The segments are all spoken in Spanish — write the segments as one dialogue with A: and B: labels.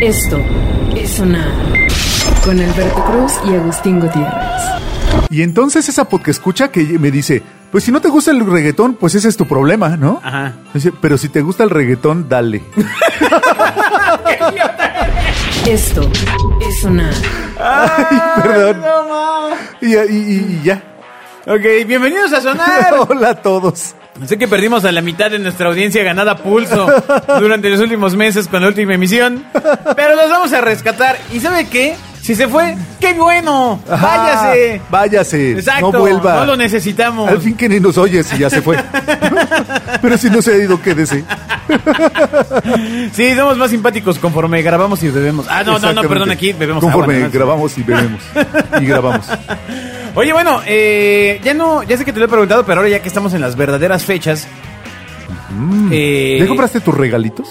A: Esto es sonar con Alberto Cruz y Agustín Gutiérrez.
B: Y entonces esa que escucha que me dice, pues si no te gusta el reggaetón, pues ese es tu problema, ¿no?
C: Ajá.
B: Dice, pero si te gusta el reggaetón, dale.
A: Esto es sonar.
B: Ay, perdón. Y, y- y ya.
C: Ok, bienvenidos a Sonar.
B: Hola a todos.
C: Sé que perdimos a la mitad de nuestra audiencia ganada a pulso durante los últimos meses con la última emisión, pero los vamos a rescatar. ¿Y sabe qué? Si se fue, ¡qué bueno! ¡Váyase!
B: Ah, váyase.
C: Exacto,
B: No vuelva.
C: no lo necesitamos.
B: Al fin que ni nos oyes y ya se fue. pero si no se ha ido, quédese.
C: Sí, somos más simpáticos conforme grabamos y bebemos. Ah, no, no, no,
B: Exactamente.
C: perdón, aquí bebemos
B: Conforme
C: agua, nada más.
B: grabamos y bebemos. Y grabamos.
C: Oye, bueno, eh, ya no, ya sé que te lo he preguntado, pero ahora ya que estamos en las verdaderas fechas. eh,
B: ¿Ya compraste tus regalitos?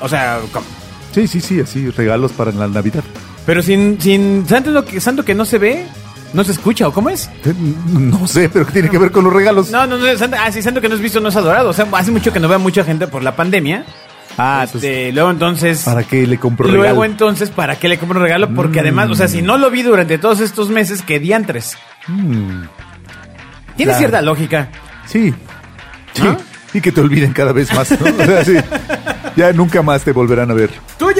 C: O sea, ¿cómo?
B: Sí, sí, sí, así, regalos para la Navidad.
C: Pero sin, sin santo, lo que, santo que no se ve, no se escucha, ¿o cómo es?
B: No sé, pero ¿qué tiene que ver con los regalos?
C: No, no, no, santo, ah, sí, santo que no es visto no es adorado. O sea, hace mucho que no veo a mucha gente por la pandemia.
B: Ah,
C: Este, luego entonces...
B: ¿Para qué le compro
C: Luego
B: regalo? Mm.
C: entonces, ¿para qué le compro un regalo? Porque además, o sea, si no lo vi durante todos estos meses, ¿qué diantres? Tiene
B: Mm. Claro.
C: cierta lógica.
B: Sí. ¿Ah? Sí.
C: ¿No?
B: Y que te olviden cada vez más, ¿no? O sea, sí. Ya nunca más te volverán a ver.
C: ¿Tú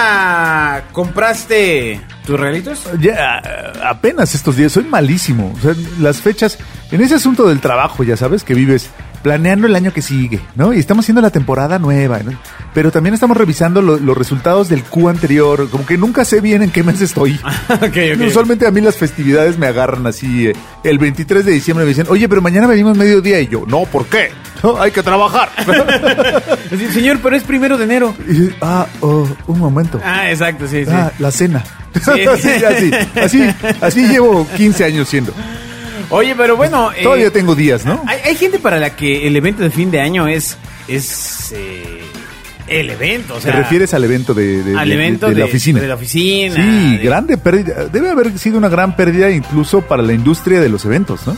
C: ya compraste tus regalitos?
B: Ya a- apenas estos días, soy malísimo. O sea, las fechas, en ese asunto del trabajo, ya sabes, que vives planeando el año que sigue, ¿no? Y estamos haciendo la temporada nueva, ¿no? Pero también estamos revisando lo- los resultados del Q anterior, como que nunca sé bien en qué mes estoy.
C: ok, ok.
B: Usualmente a mí las festividades me agarran así. eh, el 23 de diciembre me dicen, oye, pero mañana venimos mediodía. Y yo, no, ¿por qué? No, hay que trabajar.
C: Sí, Señor, pero es primero de enero.
B: Y dices, ah, oh, un momento.
C: Ah, exacto, sí, sí.
B: Ah, la cena.
C: Sí.
B: así, así, así, así llevo 15 años siendo.
C: Oye, pero bueno... eh,
B: Todavía tengo días, ¿no?
C: Hay, hay gente para la que el evento de fin de año es... es eh, el evento, o
B: ¿Te
C: sea...
B: refieres al evento de, de-
C: al
B: de-
C: evento
B: de la oficina?
C: De la oficina.
B: sí,
C: de-
B: grande pérdida. Debe haber sido una gran pérdida incluso para la industria de los eventos, ¿no?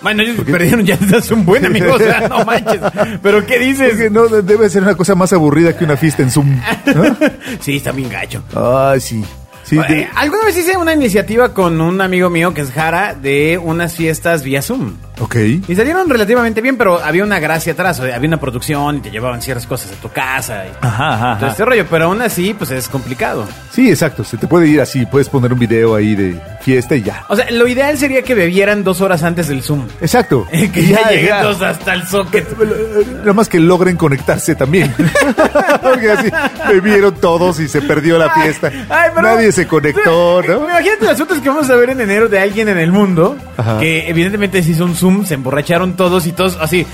C: Bueno, ellos
B: Porque-
C: perdieron ya estás un buen amigo, o sea, no manches. Pero ¿qué
B: Porque
C: dices?
B: no de- debe ser una cosa más aburrida que una fiesta en Zoom. ¿no?
C: Sí, está bien gacho.
B: Ay, sí. Sí, de-
C: Eh, Alguna vez hice una iniciativa con un amigo mío que es Jara de unas fiestas vía Zoom.
B: ok.
C: Y salieron relativamente bien, pero había una gracia atrás, o sea, había una producción y te llevaban ciertas cosas a tu casa y
B: Ajá, ajá,
C: todo este rollo, pero aún así, pues es complicado.
B: Sí, exacto. Se te puede ir así. Puedes poner un video ahí de fiesta y ya.
C: O sea, lo ideal sería que bebieran dos horas antes del Zoom. Eh,
B: Exacto.
C: que ya, lleguen todos hasta el socket.
B: Nada más que logren conectarse también. Porque así bebieron todos y se perdió la fiesta.
C: Ay, pero- eh,
B: Nadie se conectó, ¿no?
C: Imagínate las fotos que vamos a ver en enero de alguien en el mundo.
B: Ajá.
C: Que evidentemente se hizo un zoom, se emborracharon todos y todos así.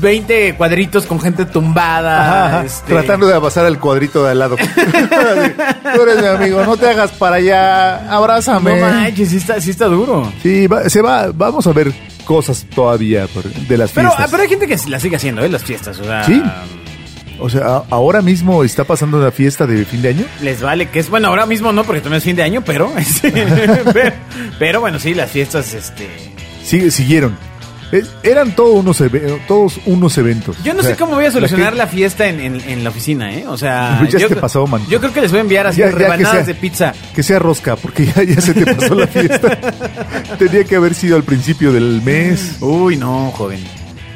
C: 20 cuadritos con gente tumbada.
B: Ajá, ajá.
C: este,
B: Tratando de pasar al cuadrito de al lado. Tú eres mi amigo, no te hagas para allá, abrázame.
C: No manches, sí está, sí está duro.
B: sí, va- se va, vamos a ver cosas todavía por- de las
C: Pero, ah,
B: fiestas.
C: pero hay gente que la sigue haciendo, ¿eh? Las fiestas. O sea,
B: Sí. O sea, a- ahora mismo está pasando una fiesta de fin de año.
C: les vale que es. Bueno, ahora mismo no, porque también es fin de año, pero. este, pero, pero bueno, sí, las fiestas, este.
B: Sí, siguieron. Es- eran todos unos, eve- todos unos eventos.
C: Yo no
B: O sea,
C: sé cómo voy a solucionar
B: que-
C: la fiesta en, en- en la oficina, ¿eh? O sea.
B: Pues ya
C: yo,
B: se te pasó, manito.
C: Yo creo que les voy a enviar así
B: Ya- ya que
C: rebanadas
B: sea.
C: de pizza.
B: Que sea rosca, porque ya, ya se te pasó la fiesta. Tenía que haber sido al principio del mes.
C: Uy, no, joven.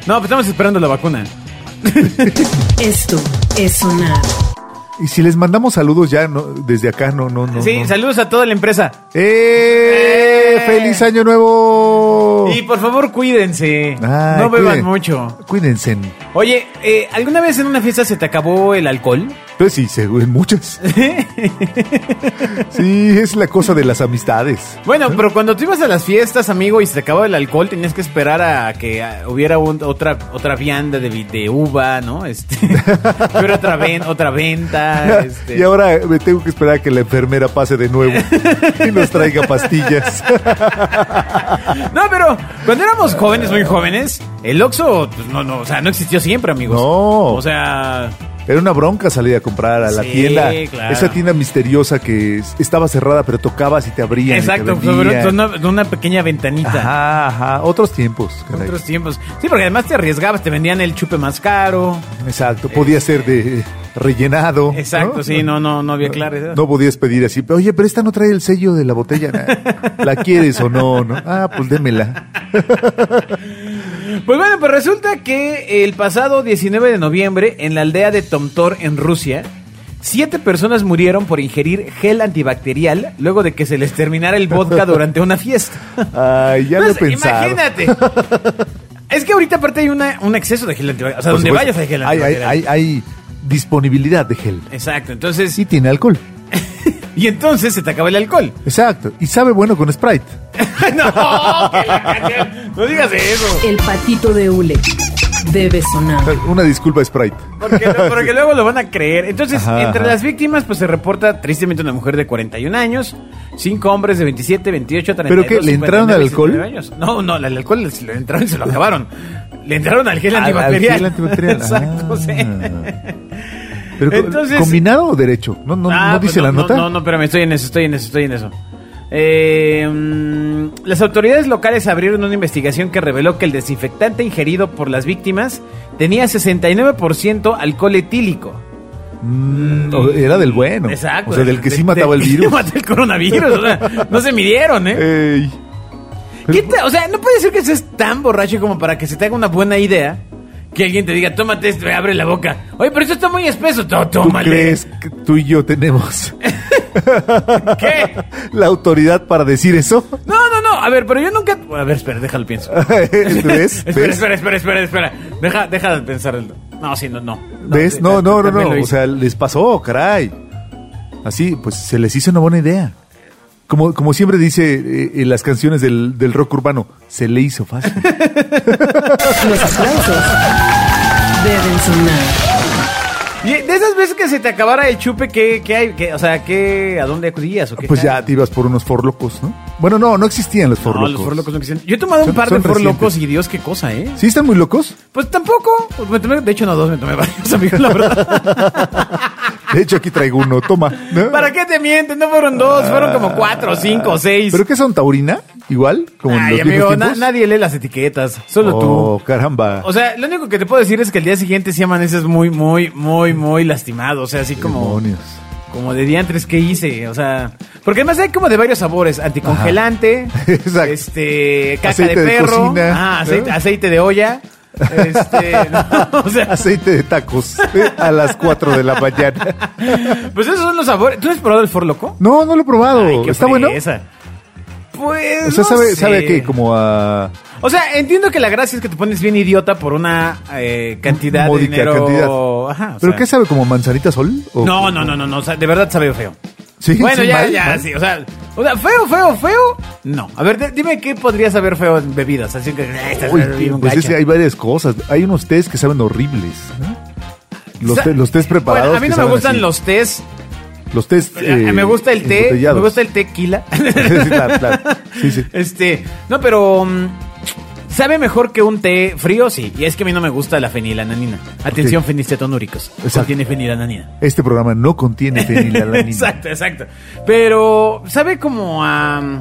C: No, pues estamos esperando la vacuna.
A: Esto es sonar.
B: Y si les mandamos saludos ya no, desde acá, no, no, no.
C: sí,
B: no.
C: saludos a toda la empresa.
B: ¡Eh!
C: ¡Eh!
B: ¡Feliz Año Nuevo!
C: Y por favor, cuídense.
B: Ah,
C: no beban
B: cuiden-
C: mucho.
B: Cuídense.
C: Oye, eh, ¿alguna vez en una fiesta se te acabó el alcohol?
B: Pues sí, seguro, en muchas. sí, es la cosa de las amistades.
C: Bueno, pero cuando tú ibas a las fiestas, amigo, y se te acabó el alcohol, tenías que esperar a que ah, hubiera un- otra otra vianda de, vi- de uva, ¿no? Este, que hubiera otra, ven- otra venta. Este.
B: Y ahora me tengo que esperar a que la enfermera pase de nuevo y nos traiga pastillas.
C: No, pero cuando éramos jóvenes, muy jóvenes, el Oxxo, pues, no, no, o sea, no existió siempre, amigos.
B: No.
C: O sea,
B: Era una bronca salir a comprar a la
C: Sí,
B: tienda.
C: claro.
B: Esa tienda misteriosa que es- estaba cerrada, pero tocabas y te abrían. y te
C: Exacto,
B: vendían.
C: sobre todo una, una pequeña ventanita.
B: Ajá, ajá. Otros tiempos. caray.
C: Otros tiempos. Sí, porque además te arriesgabas, te vendían el chupe más caro.
B: Exacto. Podía ser de rellenado.
C: Exacto, sí, no, no, no había claridad.
B: No podías pedir así, pero oye, pero esta no trae el sello de la botella. nah. ¿La quieres o no? no? Ah, pues démela.
C: Pues bueno, pues resulta que el pasado 19 de noviembre, en la aldea de Tomtor, en Rusia, siete personas murieron por ingerir gel antibacterial luego de que se les terminara el vodka durante una fiesta.
B: Ay, ya lo he
C: Entonces,
B: pensado.
C: Pues, Imagínate. Es que ahorita aparte hay una- un exceso de gel antibacterial. O sea,
B: Por
C: donde
B: supuesto,
C: vayas hay gel
B: hay, hay,
C: antibacterial.
B: hay, hay disponibilidad de gel.
C: Exacto, entonces...
B: Sí tiene alcohol.
C: Y entonces se te acaba el alcohol.
B: Exacto. Y sabe bueno con Sprite.
C: no, que la canción. no digas eso.
A: El patito de hule debe sonar.
B: Una disculpa, Sprite.
C: Porque, porque luego lo van a creer. Entonces,
B: Ajá,
C: entre
B: ajá.
C: las víctimas, pues se reporta tristemente una mujer de 41 años, cinco hombres de 27, 28, 32,
B: ¿Pero qué, le entraron
C: 59,
B: al alcohol?
C: 69 años. No, no, al alcohol se le entraron y se lo acabaron. Le entraron al gel
B: Al- al
C: antibacterial.
B: gel antibacterial. Ah.
C: Exacto, sí.
B: Pero
C: Entonces-
B: ¿Combinado o derecho? ¿No, no,
C: Ah,
B: no
C: pues
B: dice la nota?
C: No, no, pero me estoy en eso, estoy en eso, estoy en eso. Eh, mm, las autoridades locales abrieron una investigación que reveló que el desinfectante ingerido por las víctimas tenía 69% alcohol etílico.
B: Mm, o- Era del bueno.
C: Exacto.
B: O sea, del que sí
C: De-
B: mataba el
C: del que sí
B: virus.
C: mató el coronavirus. o sea, no se midieron, ¿eh?
B: Ey.
C: ¿Qué te- o sea, no puede ser que seas tan borracho como para que se te haga una buena idea que alguien te diga, tómate esto, y abre la boca. Oye, pero esto está muy espeso. No,
B: ¿Tú
C: tómale.
B: crees que tú y yo tenemos
C: ¿Qué?
B: la autoridad para decir eso?
C: No, no, no. A ver, pero yo nunca. A ver, espera, déjalo pienso.
B: ¿Ves?
C: Espera,
B: ¿Ves?
C: espera, espera, espera, espera. Deja, deja de pensar. el- No, sí, no, no.
B: ¿Ves? No, no, no,
C: también
B: no.
C: lo
B: O
C: hice.
B: sea, les pasó, caray. Así, pues se les hizo una buena idea. Como, como siempre dice eh, en las canciones del, del rock urbano, se le hizo fácil.
A: Los aplausos deben sonar.
C: Y de esas veces que se te acabara el chupe, ¿qué, qué hay? ¿Qué- o sea, ¿qué, ¿a dónde acudías? O qué?
B: Pues ya te ibas por unos forlocos, ¿no? Bueno, no, no existían los
C: No,
B: forlocos.
C: los forlocos no existen. Yo he tomado un
B: Son-
C: par de
B: son
C: forlocos
B: recientes.
C: y Dios, qué cosa, ¿eh?
B: ¿Sí están muy locos?
C: Pues tampoco. Pues me tomé- de hecho, no dos, me tomé varios, amigo, la verdad.
B: De hecho, aquí traigo uno, toma. ¿no?
C: ¿Para qué te mientes? No fueron dos, fueron como cuatro, cinco, seis.
B: Ah, ¿Pero qué son, taurina? Igual, como en
C: Ay,
B: los viejos
C: amigo, na-
B: tiempos?
C: nadie lee las etiquetas, solo tú.
B: Oh, caramba.
C: O sea, lo único que te puedo decir es que el día siguiente sí amaneces muy, muy, muy, muy lastimado. O sea, así como.
B: Demonios.
C: Como de diantres, ¿qué hice? O sea. Porque además hay como de varios sabores: anticongelante,
B: Exacto.
C: este, caca
B: Aceite
C: de
B: de
C: perro,
B: cocina,
C: ah, aceite,
B: ¿no?
C: aceite de olla. Este, no, o sea,
B: Aceite de tacos eh, a las 4 de la mañana.
C: pues esos son los sabores. ¿Tú has probado el forloco?
B: No, no lo he probado.
C: Ay, qué
B: ¿Está bueno? O
C: fresa. Pues.
B: sea,
C: no
B: ¿sabe,
C: sé.
B: sabe a qué? Como a...
C: O sea, entiendo que la gracia es que te pones bien idiota por una eh, cantidad
B: Módica
C: de dinero.
B: cantidad.
C: Ajá, o
B: ¿Pero
C: sea.
B: qué sabe? ¿Como manzanita sol? ¿O-
C: No, no, no, no, no, o sea, de verdad sabe feo.
B: Sí,
C: Bueno,
B: sí,
C: ya,
B: mal,
C: ya,
B: mal.
C: sí, o sea, o sea, feo, feo, feo, no. A ver, de- dime qué podría saber feo en bebidas, así que... eh, estás
B: Uy,
C: bien
B: pues es
C: gacha.
B: que hay varias cosas. Hay unos test que saben horribles. ¿no? Los,
C: Sa-
B: te- los test preparados.
C: Bueno, a mí
B: que
C: no me
B: saben
C: gustan
B: así.
C: los tés,
B: Los test. eh,
C: me gusta el té, me
B: embotellados.
C: gusta el tequila.
B: Sí, claro, claro. Sí, sí.
C: Este, no, pero... mm, Sabe mejor que un té frío, sí. Y es que a mí no me gusta la fenilananina. Atención, fenistetonúricos.
B: Exacto.
C: Contiene fenilananina.
B: Este programa no contiene fenilalanina.
C: Exacto, exacto. Pero sabe como a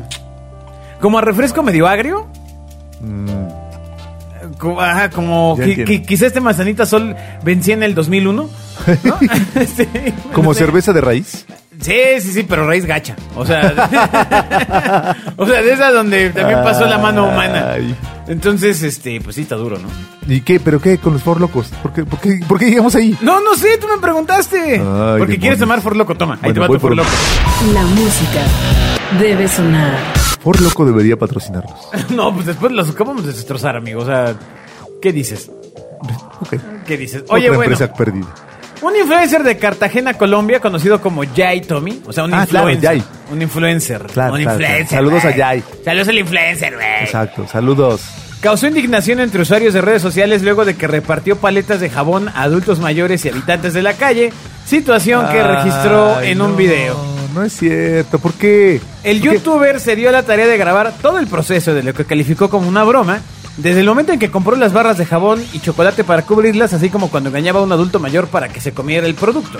C: como a refresco medio agrio. Como, ajá, como
B: Mm. Ya
C: que-
B: entiendo.
C: que quizá este manzanita sol vencía en el 2001. ¿no? Este,
B: Como
C: no sé.
B: cerveza de raíz.
C: Sí, sí, sí, pero raíz gacha. O sea, o sea, de esa donde también pasó la mano humana.
B: Ay.
C: Entonces, este, pues sí está duro, ¿no?
B: ¿Y qué? ¿Pero qué? ¿Con los forlocos? ¿Por qué, por qué, por qué llegamos ahí?
C: No, no sé, tú me preguntaste.
B: Ay,
C: Porque
B: demonios.
C: quieres tomar forloco, toma. Ahí
B: Bueno,
C: te va
B: voy
C: tu
B: por un-
C: forloco.
A: La música debe sonar.
B: Forloco debería patrocinarlos.
C: No, pues después los acabamos de destrozar, amigo. O sea, ¿qué dices?
B: Ok.
C: ¿Qué dices? Oye,
B: Otra
C: bueno,
B: empresa perdida.
C: un influencer de Cartagena, Colombia, conocido como Jay Tommy. O sea, un
B: Ah, claro,
C: influencer.
B: Jay.
C: Un influencer.
B: Claro,
C: un
B: claro,
C: influencer.
B: claro. Saludos a
C: güey.
B: Jay.
C: Saludos al influencer, güey.
B: Exacto. Saludos.
C: Causó indignación entre usuarios de redes sociales luego de que repartió paletas de jabón a adultos mayores y habitantes de la calle, situación que registró
B: Ay,
C: en
B: no,
C: un video.
B: No es cierto. ¿Por qué?
C: El
B: ¿Por qué?
C: youtuber se dio la tarea de grabar todo el proceso de lo que calificó como una broma Desde el momento en que compró las barras de jabón y chocolate para cubrirlas, así como cuando engañaba a un adulto mayor para que se comiera el producto.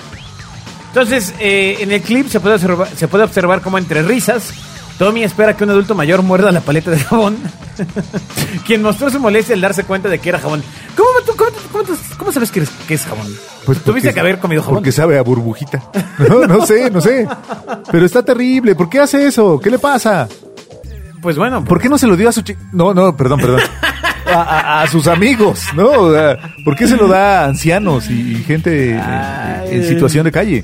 C: Entonces, eh, en el clip se puede, observa- se puede observar como entre risas, Tommy espera que un adulto mayor muerda la paleta de jabón, quien mostró su molestia al darse cuenta de que era jabón. ¿Cómo, tú- cómo, tú- cómo tú- cómo sabes que, eres- que es jabón? Pues tuviste
B: porque-
C: que haber comido jabón.
B: Porque sabe a burbujita. No, no sé, no sé. Pero está terrible. ¿Por qué hace eso? ¿Qué le pasa?
C: Pues bueno,
B: ¿Por qué no se lo dio a su chi- No, no, perdón, perdón. A, a- a sus amigos, ¿no? O sea, ¿Por qué se lo da a ancianos y, y gente eh,
C: Ay.
B: en situación de calle?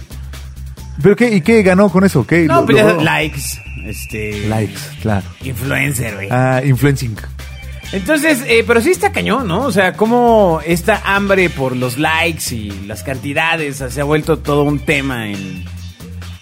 B: ¿Pero qué? ¿Y qué ganó con eso? ¿Qué?
C: no,
B: lo-
C: pues ya
B: logró?
C: likes, este,
B: Likes, claro.
C: influencer, güey.
B: Ah, influencing.
C: Entonces, eh, pero sí está cañón, ¿no? O sea, cómo esta hambre por los likes y las cantidades se ha vuelto todo un tema en,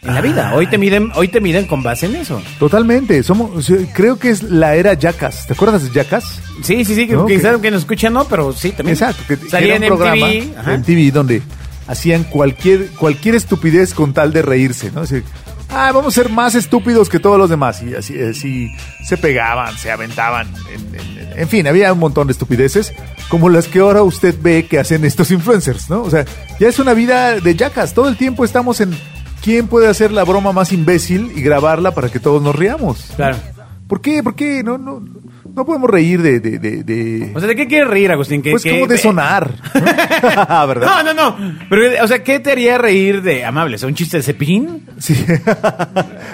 C: en la vida.
B: Ah.
C: Hoy te miden, hoy te miden con base en eso.
B: Totalmente. Somos, creo que es la era Jackass. ¿Te acuerdas de Jackass?
C: Sí, sí, sí, que
B: No, que-
C: quizás que nos escuchan no, pero sí, también.
B: Exacto, que, que
C: Salía en
B: era un programa
C: MTV. ajá.
B: en TV donde hacían cualquier cualquier estupidez con tal de reírse, ¿no? Así, ah, vamos a ser más estúpidos que todos los demás. Y así, así se pegaban, se aventaban. En, en- en fin, había un montón de estupideces como las que ahora usted ve que hacen estos influencers, ¿no? O sea, ya es una vida de yacas. Todo el tiempo estamos en quién puede hacer la broma más imbécil y grabarla para que todos nos riamos.
C: Claro.
B: ¿Por qué? ¿Por qué? No, no, no podemos reír de... de, de, de-
C: O sea, ¿de qué quieres reír, Agustín? ¿Que-
B: pues
C: que-
B: como de sonar. ¿no? ¿Verdad?
C: No, no, no. Pero, o sea, ¿qué te haría reír de amables? ¿Un chiste de cepillín?
B: Sí.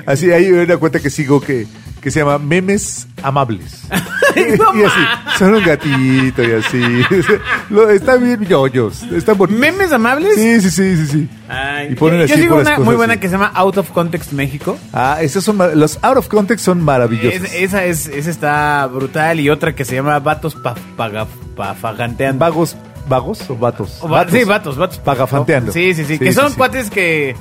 B: así hay una cuenta que sigo que, que se llama Memes Amables.
C: No
B: y así, son un gatito y así. Lo- están bien yoyos. Están bonitos.
C: ¿Memes amables?
B: Sí, sí, sí, sí, sí.
C: Ay,
B: y ponen
C: yo-
B: así
C: yo digo
B: puras
C: una muy
B: cosas
C: buena
B: así.
C: que se llama Out of Context México.
B: Ah, esos son mar- los out of context son maravillosos.
C: Es- esa es, esa está brutal y otra que se llama Vatos pa, paga- pafaganteando.
B: vagos, vagos o vatos.
C: O va- Sí, vatos, vatos.
B: Pagafanteando.
C: Sí, sí, sí. que son
B: sí.
C: cuates que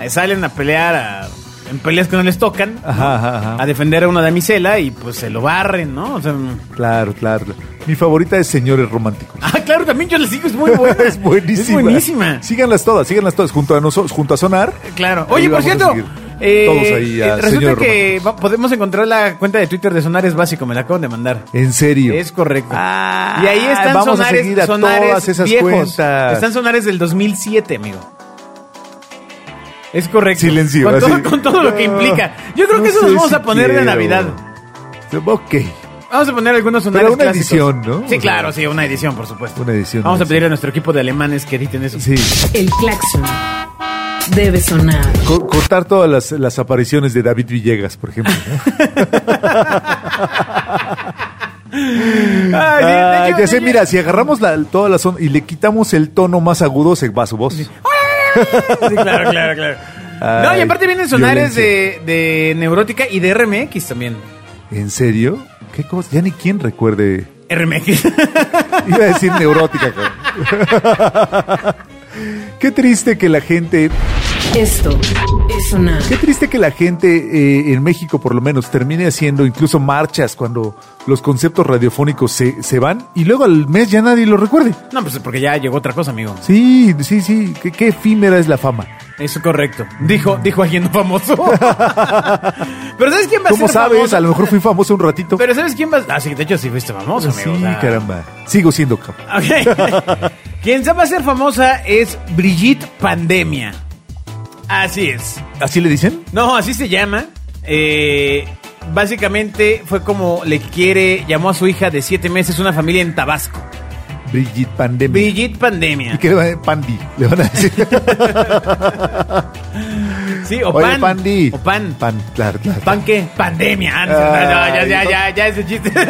C: eh, salen a pelear a- en peleas que no les tocan. ¿no?
B: Ajá, ajá, ajá.
C: A defender a una damisela y pues se lo barren, ¿no? O sea, mm.
B: Claro, claro. Mi favorita es Señores Románticos.
C: ah, claro, también yo les digo, es muy buena.
B: es buenísima.
C: Es buenísima.
B: Síganlas todas, síganlas todas junto a nosotros, junto a Sonar.
C: Claro.
B: Ahí
C: Oye, por
B: vamos a
C: cierto,
B: seguir.
C: eh,
B: todos ahí
C: eh,
B: a
C: resulta
B: Señores
C: que va- podemos encontrar la cuenta de Twitter de Sonares Básico, me la acaban de mandar.
B: Románticos. En serio.
C: Es correcto.
B: Ah,
C: y ahí están
B: vamos a
C: sonares,
B: seguir a
C: sonares
B: todas esas
C: viejos.
B: cuentas.
C: Están sonares del 2007, amigo. Es correcto.
B: Silencio,
C: Con todo,
B: así.
C: con todo lo que
B: No,
C: implica. Yo creo
B: no
C: que eso
B: sé
C: nos vamos
B: si
C: a poner de
B: quiero.
C: Navidad.
B: Ok.
C: Vamos a poner algunos sonares
B: Pero una
C: clásicos.
B: edición, ¿no?
C: Sí,
B: O
C: claro,
B: sea,
C: sí, una edición, por supuesto.
B: una edición,
C: Vamos
B: una
C: a pedir a nuestro equipo de alemanes que editen eso.
B: Sí.
A: El claxon debe sonar.
B: Co- cortar todas las, las apariciones de David Villegas, por ejemplo. ¿no?
C: Ay, sí, de
B: Ah,
C: hecho,
B: ya
C: de
B: sé,
C: hecho-
B: mira, si agarramos la- todas las on- y le quitamos el tono más agudo, se va su voz.
C: Sí, claro, claro, claro.
B: Ay,
C: no, y aparte vienen sonares de, de Neurótica y de RMX también.
B: ¿En serio? ¿Qué cosa? Ya ni quién recuerde.
C: RMX.
B: Iba a decir neurótica, cabrón. Qué triste que la gente
A: Esto es sonar.
B: Qué triste que la gente eh, en México, por lo menos, termine haciendo incluso marchas cuando los conceptos radiofónicos se, se van y luego al mes ya nadie lo recuerde.
C: no, pues porque ya llegó otra cosa, amigo.
B: Sí, sí, sí. Qué, qué efímera es la fama.
C: Eso correcto. Dijo, dijo alguien no famoso. Pero ¿sabes quién va a
B: ¿Cómo
C: ser
B: sabes?
C: famoso?
B: A lo mejor fui famoso un ratito.
C: Pero ¿sabes quién va a Ah, sí, de hecho sí fuiste famoso,
B: Pues sí,
C: amigo. o sea.
B: caramba. Sigo siendo cabrón.
C: Ok. Quien se va a ser famosa es Brigitte Pandemia. Así es.
B: ¿Así le dicen?
C: No, así se llama. Eh, básicamente fue como le quiere, llamó a su hija de siete meses, una familia en Tabasco.
B: Brigitte Pandemia.
C: Brigitte
B: Mm. ¿Y
C: Pandemia.
B: qué le van a Pandi? Le van a decir.
C: Sí, o
B: Oye,
C: pan.
B: Pandi.
C: O pan. pan.
B: Pan, claro, claro.
C: qué? Pandemia. Ah, no,
B: Ah,
C: no, ya, ya,
B: y-
C: ya, ya ese chiste.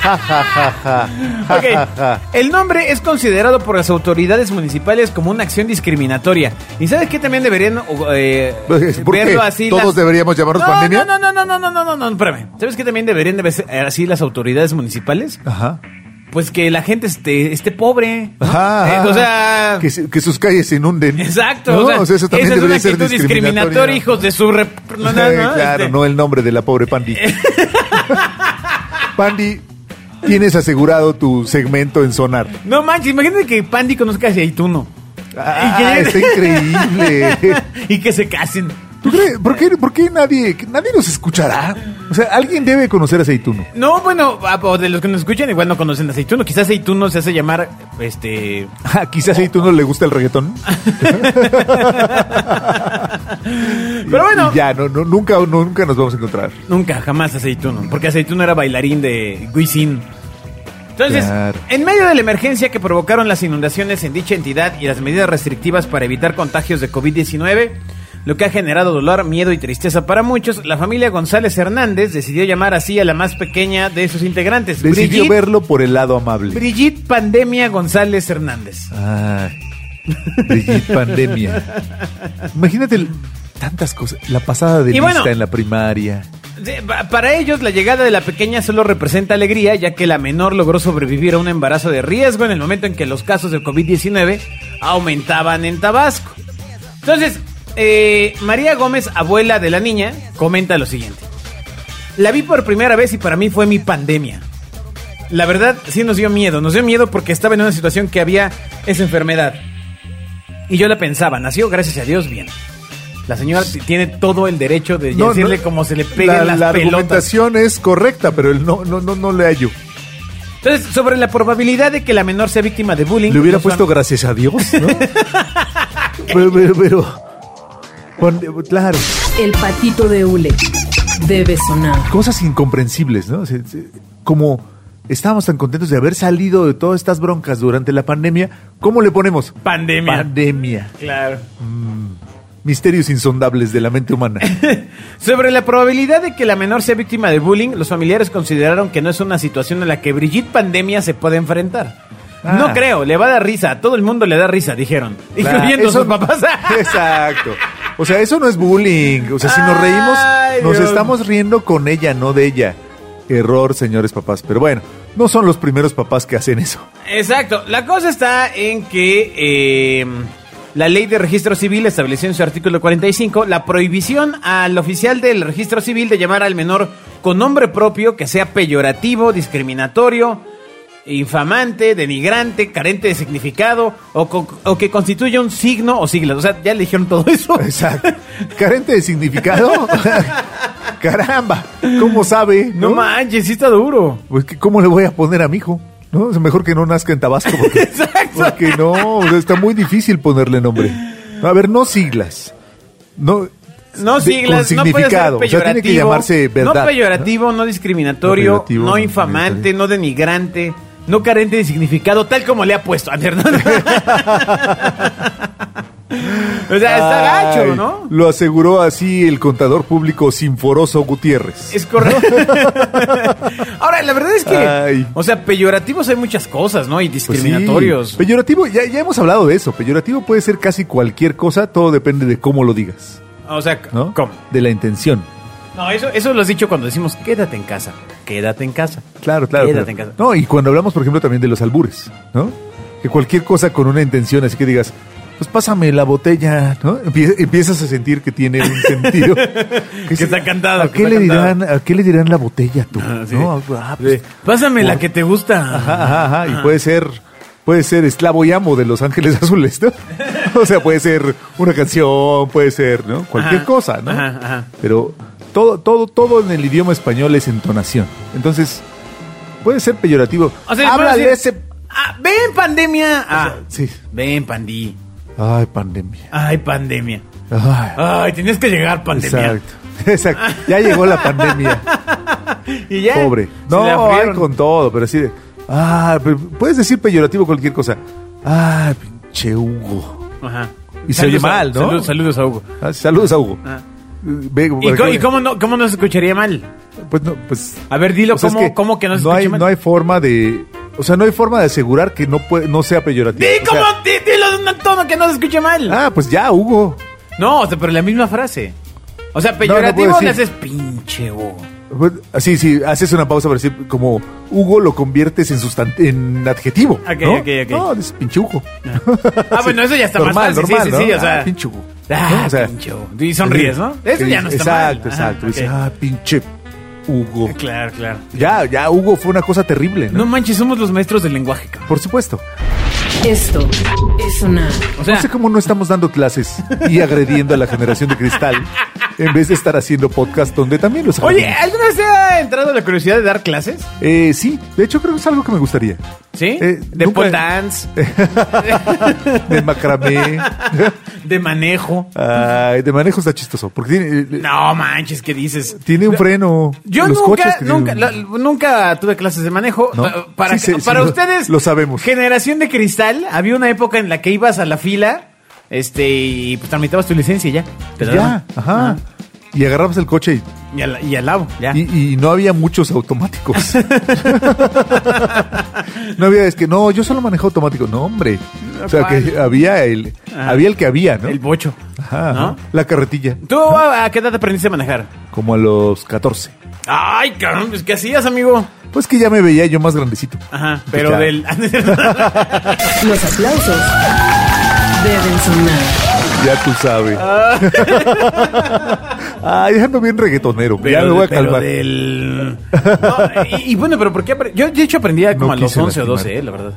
B: Ja, ja, ja, ja. Ja, ja,
C: Ok.
B: ja.
C: El nombre es considerado por las autoridades municipales como una acción discriminatoria. ¿Y sabes qué también deberían o, eh,
B: Pues, ¿Por qué?
C: verlo así?
B: ¿Todos
C: las-
B: deberíamos llamarnos
C: No,
B: pandemia?
C: No, no, no, no, no, no, no, no, espérame. ¿Sabes qué también deberían de ver así las autoridades municipales?
B: Ajá.
C: Pues que la gente esté, esté pobre. ¿no?
B: Ajá,
C: Eh,
B: ajá.
C: o sea.
B: Ah, que, se- que sus calles se inunden.
C: Exacto.
B: No,
C: o sea,
B: o sea, eso también
C: esa es una
B: debería ser
C: actitud discriminatoria, hijos de su. rep- no, no, no,
B: Eh, claro,
C: este-
B: no el nombre de la pobre Pandi. Pandi, tienes asegurado tu segmento en sonar.
C: No manches, imagínate que Pandy conozca a Aceituno.
B: Ah, está increíble.
C: y que se casen.
B: Tú ¿Tú crees? ¿Por qué, por qué nadie, que nadie nos escuchará? O sea, alguien debe conocer aceituno.
C: No, bueno, a- o de los que nos escuchan igual no conocen aceituno. Quizás aceituno se hace llamar, este...
B: Ah, quizás aceituno le gusta el reggaetón.
C: Pero bueno,
B: Y ya, no, no, nunca, no, nunca nos vamos a encontrar.
C: nunca, jamás aceituno. Porque aceituno era bailarín de Wisin. Entonces,
B: Claro.
C: en medio de la emergencia que provocaron las inundaciones en dicha entidad y las medidas restrictivas para evitar contagios de COVID-19, lo que ha generado dolor, miedo y tristeza para muchos, la familia González Hernández decidió llamar así a la más pequeña de sus integrantes,
B: Decidió
C: Brigitte,
B: verlo por el lado amable.
C: Brigitte Pandemia González Hernández.
B: Ay, Brigitte Pandemia. Imagínate el- tantas cosas. La pasada de
C: Y
B: lista
C: bueno.
B: en la primaria.
C: Sí, pa- Para ellos, la llegada de la pequeña solo representa alegría, ya que la menor logró sobrevivir a un embarazo de riesgo en el momento en que los casos del COVID-19 aumentaban en Tabasco. Entonces, eh, María Gómez, abuela de la niña, comenta lo siguiente. La vi por primera vez y para mí fue mi pandemia. La verdad, sí nos dio miedo. Nos dio miedo porque estaba en una situación que había esa enfermedad. Y yo la pensaba, nació gracias a Dios bien. La señora t- tiene todo el derecho de
B: No,
C: decirle
B: no,
C: cómo se le peguen
B: la,
C: las
B: la
C: pelotas.
B: argumentación es correcta, pero el no, no, no, no le hallo.
C: Entonces, sobre la probabilidad de que la menor sea víctima de bullying.
B: Le hubiera
C: los fam-
B: puesto gracias a Dios, ¿no? pero, pero, pero- pon- claro,
A: El patito de Ule debe sonar.
B: cosas incomprensibles, ¿no? Se- se- Como estábamos tan contentos de haber salido de todas estas broncas durante la pandemia, ¿cómo le ponemos?
C: Pandemia.
B: Pandemia.
C: Claro.
B: Misterios insondables de la mente humana.
C: Sobre la probabilidad de que la menor sea víctima de bullying, los familiares consideraron que no es una situación en la que Brigitte Pandemia se puede enfrentar.
B: Ah.
C: No creo, le va a dar risa, a todo el mundo le da risa, dijeron. Incluyendo
B: Eso
C: sus
B: no-
C: papás.
B: Exacto. O sea, eso no es bullying. O sea, si nos reímos,
C: Ay,
B: nos
C: Dios.
B: estamos riendo con ella, no de ella. Error, señores papás. Pero bueno, no son los primeros papás que hacen eso.
C: Exacto. La cosa está en que eh, la ley de registro civil estableció en su artículo 45 la prohibición al oficial del registro civil de llamar al menor con nombre propio que sea peyorativo, discriminatorio, infamante, denigrante, carente de significado o, co- o que constituya un signo o siglas. O sea, ya le dijeron todo eso.
B: Exacto. Carente de significado. Caramba, ¿cómo sabe?
C: No manches, sí está duro.
B: Pues, ¿qué- ¿cómo le voy a poner a mi hijo? ¿No? O sea, mejor que no nazca en Tabasco. Porque,
C: Exacto.
B: Porque no, o sea, está muy difícil ponerle nombre. A ver, no siglas. No,
C: No
B: de-
C: siglas,
B: con
C: no puede ser
B: significado.
C: peyorativo.
B: o sea, tiene que llamarse verdad.
C: No peyorativo, no discriminatorio,
B: No
C: no,
B: peyorativo, no
C: infamante,
B: discriminatorio.
C: no denigrante, no carente de significado, tal como le ha puesto a Hernando. o sea, está
B: Ay,
C: gacho, ¿no?
B: Lo aseguró así el contador público Sinforoso Gutiérrez.
C: Es correcto. Ahora, la verdad es que,
B: Ay.
C: o sea, peyorativos hay muchas cosas, ¿no? Y
B: Pues sí,
C: discriminatorios.
B: Peyorativo, ya, ya hemos hablado de eso. Peyorativo puede ser casi cualquier cosa, todo depende de cómo lo digas,
C: o sea,
B: ¿no?
C: ¿cómo?
B: De la intención.
C: No, eso, eso lo has dicho cuando decimos quédate en casa, quédate en casa.
B: Claro, claro.
C: Quédate
B: pero-
C: en casa.
B: No, y cuando hablamos, por ejemplo, también de los albures, ¿no? Que cualquier cosa con una intención, así que digas, pues pásame la botella, ¿no? Empie- Empiezas a sentir que tiene un sentido. que
C: está cantado,
B: ¿A
C: que
B: qué,
C: está
B: le
C: cantado.
B: dirán, ¿A qué le dirán la botella tú?
C: Ah, sí.
B: ¿No? Ah, pues,
C: Sí. Pásame la
B: por-
C: que te gusta.
B: Ajá, ajá, ajá. Y puede ser, puede ser esclavo y amo de Los Ángeles Azules, ¿no? o sea, puede ser una canción, puede ser, ¿no? Cualquier
C: Ajá,
B: cosa, ¿no?
C: ajá, ajá.
B: Pero todo, todo, todo en el idioma español es entonación. Entonces, puede ser peyorativo.
C: O sea,
B: Habla
C: puedo
B: de
C: decir,
B: ese.
C: "Ah, ven pandemia. Ah,
B: Sí.
C: ven pandí.
B: Ay, pandemia.
C: Ay, pandemia.
B: Ay,
C: Ay, tenías que llegar Ah, pandemia.
B: exacto. Exacto. Ya llegó la pandemia.
C: Y ya.
B: Pobre.
C: se le
B: No,
C: afriaron.
B: hay con todo, pero así de. Ah, pero puedes decir peyorativo cualquier cosa. Ah, pinche Hugo.
C: Ajá.
B: Y se oye mal, ¿no?
C: Saludos, saludos a Hugo.
B: Ah, Saludos a Hugo.
C: Ah.
B: Ve,
C: ¿Y,
B: para
C: co-
B: que-
C: y cómo, no, cómo no se escucharía mal?
B: Pues no, pues.
C: A ver, dilo,
B: o sea, es
C: ¿cómo, cómo que no se escucha
B: hay,
C: mal?
B: no hay forma de. O sea, no hay forma de asegurar que no, puede, no sea peyorativo.
C: Di,
B: O sea,
C: ¿cómo? Di- dilo de un tono que no se escuche mal.
B: ah, pues ya, Hugo.
C: No, o sea, pero la misma frase. O sea,
B: puedo
C: peyorativo le
B: decir.
C: haces pinche Hugo.
B: Pues, Así, sí, haces una pausa para decir, como Hugo lo conviertes en, sustan- en adjetivo.
C: Ok,
B: ¿no?
C: ok, ok.
B: No, es pinche Hugo.
C: Ah, bueno, eso ya está
B: normal,
C: más fácil.
B: Normal,
C: sí, sí, sí,
B: ¿no?
C: o sea.
B: Ah, pinche Hugo.
C: Ah,
B: ¿no?
C: pinche Hugo. Y sonríes, ¿no? Eso ya no está mal.
B: exacto, Exacto, exacto.
C: Ajá,
B: Dices,
C: ok.
B: ah, pinche Hugo.
C: Claro, claro.
B: Ya, ya, Hugo fue una cosa terrible,
C: No
B: ¿no?
C: manches, somos los maestros del lenguaje, cabrón.
B: Por supuesto.
A: Esto es sonar.
C: O sea,
B: no sé cómo no estamos dando clases y agrediendo a la generación de cristal en vez de estar haciendo podcast donde también los hago.
C: Oye, ¿alguna vez te ha entrado la curiosidad de dar clases?
B: Eh, sí, de hecho creo que es algo que me gustaría.
C: ¿Sí?
B: Eh,
C: de
B: nunca-
C: pole dance,
B: De macramé.
C: de manejo.
B: Ay, de manejo está chistoso. Porque tiene, eh,
C: No manches, ¿qué dices?
B: tiene un freno.
C: Yo
B: Los coches
C: nunca,
B: que tienen-
C: nunca, la- nunca tuve clases de manejo.
B: ¿No?
C: Pa- Para,
B: Sí, sí, sí,
C: para
B: lo-
C: ustedes,
B: lo sabemos.
C: Generación de cristal, había una época en la que ibas a la fila, este, y pues tramitabas tu licencia y ya. Te la daban.
B: Ya, ajá. Y agarrabas el coche y
C: Y al, y al lado, Ah. ya.
B: Y, y no había muchos automáticos. no había, es que no, yo solo manejo automático. No, hombre. O sea,
C: ¿Cuál?
B: que había el,
C: Ah.
B: había el que había, ¿no?
C: El bocho.
B: Ajá,
C: ¿no?
B: ajá. La carretilla,
C: ¿Tú a, a qué edad aprendiste a manejar?
B: como a los 14.
C: Ay, caramba, pues, ¿qué hacías, amigo?
B: Pues que ya me veía yo más grandecito. ah,
C: Ajá, pero
B: Pues Ya.
C: del...
A: Los aplausos deben sonar.
B: Ya tú sabes.
C: Ah.
B: Ay, ando bien reggaetonero. ya me voy a
C: pero
B: calmar.
C: del- No, y, y bueno, pero ¿por qué? apre- Yo, de hecho, aprendí a como
B: No
C: a los
B: quise
C: 11
B: lastimar.
C: o 12, eh, la verdad.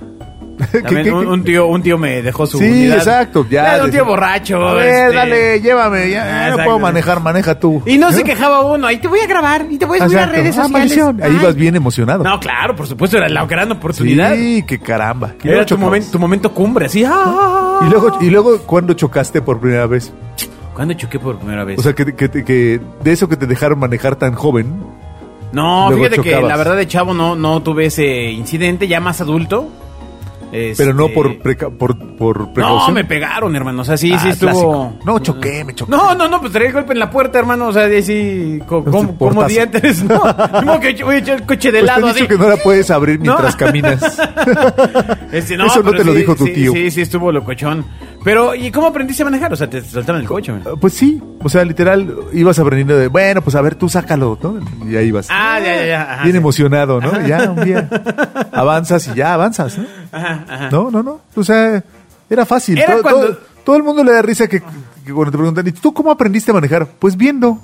B: ¿Qué-
C: También
B: qué-
C: un, un tío, un tío me dejó su
B: Sí,
C: unidad.
B: exacto. Ya,
C: Era un tío
B: decía,
C: borracho.
B: A ver,
C: este.
B: dale, llévame. Ya,
C: Ah,
B: no
C: exacto.
B: puedo manejar, maneja tú.
C: Y no se
B: ¿Eh?
C: quejaba uno. Ahí te voy a grabar y te voy a subir a
B: Exacto.
C: redes
B: Ah,
C: sociales.
B: maldición. Ahí
C: Ay.
B: vas bien emocionado.
C: No, claro, por supuesto, era la gran oportunidad.
B: Sí, qué caramba. Y
C: Era
B: luego
C: tu
B: chocabas.
C: momento, tu momento cumbre, así. ah.
B: Y luego, y luego cuando chocaste por primera vez,
C: ¿Cuándo choqué por primera vez?
B: o sea, que, que, que de eso que te dejaron manejar tan joven,
C: no,
B: luego
C: fíjate que
B: chocabas.
C: la verdad de chavo no, no tuve ese incidente, ya más adulto.
B: pero no
C: Este,
B: por, preca- por, por precaución.
C: No, me pegaron, hermano. O sea, sí,
B: Ah,
C: sí estuvo.
B: clásico. No, choqué, me choqué.
C: No, no, no, pues traía el golpe en la puerta, hermano. O sea, de sí, co-
B: Este
C: como, como
B: portazo.
C: dientes, ¿no? Como que yo voy a echar el coche de
B: Pues
C: lado.
B: te he dicho
C: así.
B: que no la puedes abrir
C: No.
B: mientras caminas.
C: Este,
B: Eso no
C: pero
B: te lo
C: sí,
B: dijo tu
C: sí,
B: tío.
C: Sí, sí, estuvo locochón. Pero, ¿y cómo aprendiste a manejar? O sea, te soltaron el coche, man.
B: Pues sí, o sea, literal, ibas aprendiendo de, bueno, pues a ver, tú sácalo, ¿no? Y ahí vas.
C: Ah, ya, ya, ya. Ajá,
B: bien
C: sí.
B: emocionado, ¿no? Ya, un día avanzas y ya avanzas, ¿no?
C: Ajá, ajá.
B: No, no, no. O sea, era fácil.
C: Era
B: todo,
C: cuando-
B: todo- todo el mundo le da risa que, que cuando te preguntan, ¿y tú cómo aprendiste a manejar? Pues viendo.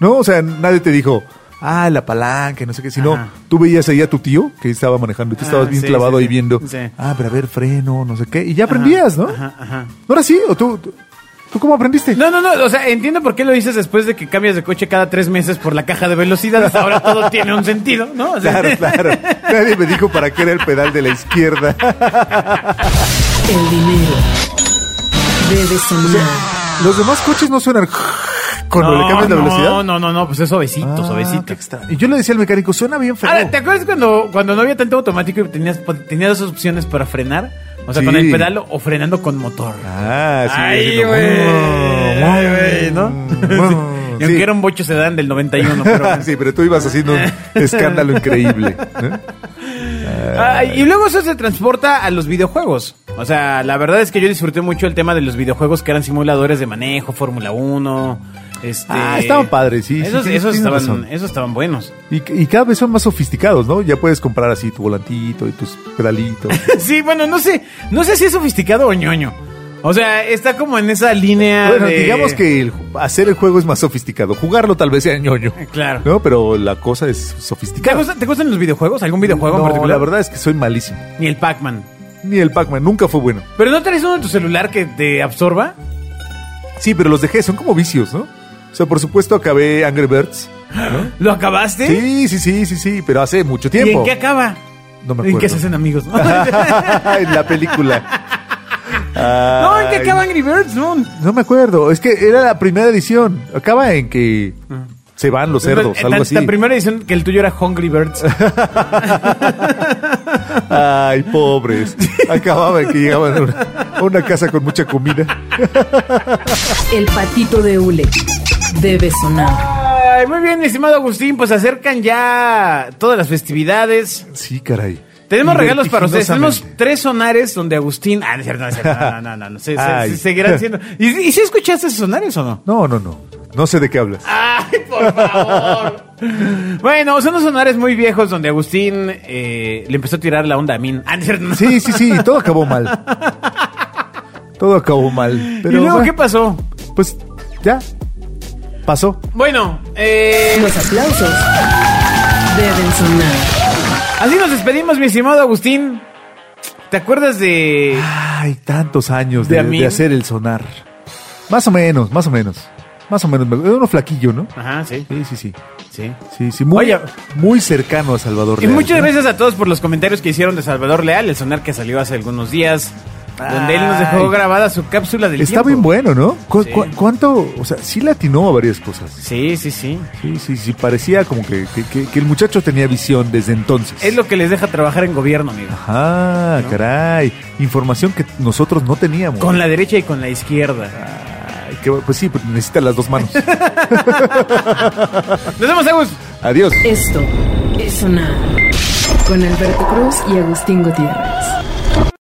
B: ¿No? O sea, nadie te dijo, ah, la palanca, no sé qué. Sino
C: Ajá.
B: tú veías ahí a tu tío que estaba manejando y tú
C: Ah,
B: estabas bien
C: sí,
B: clavado
C: sí,
B: ahí
C: sí.
B: viendo,
C: Sí.
B: ah, pero a ver, freno, no sé qué. Y ya aprendías, ¿no?
C: Ajá, ajá.
B: ¿No era así? ¿O tú, tú, tú cómo aprendiste?
C: No, no, no, o sea, entiendo por qué lo dices después de que cambias de coche cada tres meses por la caja de velocidades. Ahora todo tiene un sentido, ¿no? O sea,
B: Claro, claro. Nadie me dijo para qué era el pedal de la izquierda.
A: El dinero debe sonar.
B: Los demás coches no suenan cuando le cambias la velocidad.
C: No, no, no, no, pues es suavecito,
B: Ah, qué
C: suavecito.
B: extraño. Y yo le decía al mecánico, suena bien feo.
C: Ahora, ¿te acuerdas cuando, cuando no había tanto automático y tenías, tenías dos opciones para frenar? O sea,
B: Sí.
C: con el pedal o frenando con motor.
B: Ah, sí. "Oh,
C: Ay,
B: así como,
C: güey.
B: "Wow,
C: Ay,
B: wow,
C: güey, ¿no?
B: wow".
C: Y aunque era un bocho sedán del 91, pero...
B: sí, pero tú ibas haciendo un escándalo increíble. ¿no?
C: Ah, y luego eso se transporta a los videojuegos. O sea, la verdad es que yo disfruté mucho el tema de los videojuegos que eran simuladores de manejo, Fórmula 1. Este...
B: Ah, estaban padres, sí, sí,
C: Esos,
B: tienes-
C: esos
B: tienes razón.
C: estaban, esos estaban buenos.
B: Y, y cada vez son más sofisticados, ¿no? Ya puedes comprar así tu volantito y tus pedalitos.
C: Sí, bueno, no sé, no sé si es sofisticado o ñoño. O sea, está como en esa línea
B: Bueno,
C: de-
B: digamos que el- hacer el juego es más sofisticado. Jugarlo tal vez sea ñoño.
C: Claro.
B: ¿No? Pero la cosa es
C: ¿Te,
B: sofisticada.
C: gusta- te gustan los videojuegos? ¿Algún videojuego
B: no,
C: en particular?
B: la verdad es que soy malísimo.
C: Ni el Pac-Man.
B: Ni el Pac-Man, nunca fue bueno.
C: ¿Pero no traes uno en tu celular que te absorba?
B: Sí, pero los dejé, son como vicios, ¿no? O sea, por supuesto acabé Angry Birds.
C: ¿Lo acabaste?
B: Sí, sí, sí, sí, sí, pero hace mucho
C: ¿Y
B: tiempo.
C: en qué acaba?
B: No me
C: ¿En
B: acuerdo.
C: qué se hacen amigos? ¿no?
B: en la película.
C: no, ¿en qué
B: Ay,
C: acaba Angry Birds? No.
B: No me acuerdo. Es que era la primera edición. Acaba en que se van los cerdos,
C: Tan-
B: algo
C: tan-
B: así.
C: tan primera edición que el tuyo era Hungry Birds.
B: Ay, pobres. Acababa en que llegaban a una, a una casa con mucha comida.
A: El patito de hule debe sonar.
C: Ay, muy bien, mi estimado Agustín, pues se acercan ya todas las festividades.
B: Sí, caray.
C: Tenemos
B: Y
C: regalos para ustedes. Tenemos
B: vertiginosamente.
C: tres sonares donde Agustín. Ah, no es cierto, no es cierto. No, no, no. no, no. Se, se-
B: Ay.
C: se seguirán siendo. ¿Y, y si escuchaste esos sonares o no?
B: No, no, no. No sé de qué hablas.
C: ¡Ay, por favor! bueno, son unos sonares muy viejos donde Agustín eh, le empezó a tirar la onda a Min. Ah, no es cierto, no.
B: Sí, sí, sí, todo acabó mal. Todo acabó mal. Pero
C: ¿Y luego
B: bueno,
C: qué pasó?
B: pues ya pasó.
C: Bueno, eh,
A: Los aplausos deben sonar.
C: así nos despedimos, mi estimado Agustín. ¿Te acuerdas de
B: Ay, tantos años
C: ¿De
B: de,
C: a mí?
B: de hacer el sonar. Más o menos, más o menos. Más o menos, me- era uno flaquillo, ¿no?
C: Ajá, sí,
B: Sí, sí, sí.
C: sí.
B: Sí, sí, muy,
C: Oye.
B: muy cercano a Salvador.
C: Y
B: Leal,
C: muchas
B: Pues ¿no?
C: gracias a todos por los comentarios que hicieron de Salvador Leal, el sonar que salió hace algunos días, donde él nos dejó
B: Ay.
C: grabada su cápsula del
B: Está
C: tiempo.
B: bien bueno, ¿no? ¿Cu-
C: Sí.
B: cu- ¿Cuánto? O sea, sí latinó a varias cosas.
C: Sí, sí, sí.
B: Sí, sí, sí, parecía como que, que- que- que el muchacho tenía visión desde entonces.
C: Es lo que les deja trabajar en gobierno, amigo.
B: Ah,
C: ¿No?
B: caray. Información que nosotros no teníamos.
C: Con la derecha y con la izquierda.
B: Ay, qué bu- pues sí, pues necesita las dos manos.
C: Nos vemos, Agus.
B: Adiós.
A: Esto es sonar con Alberto Cruz y Agustín Gutiérrez.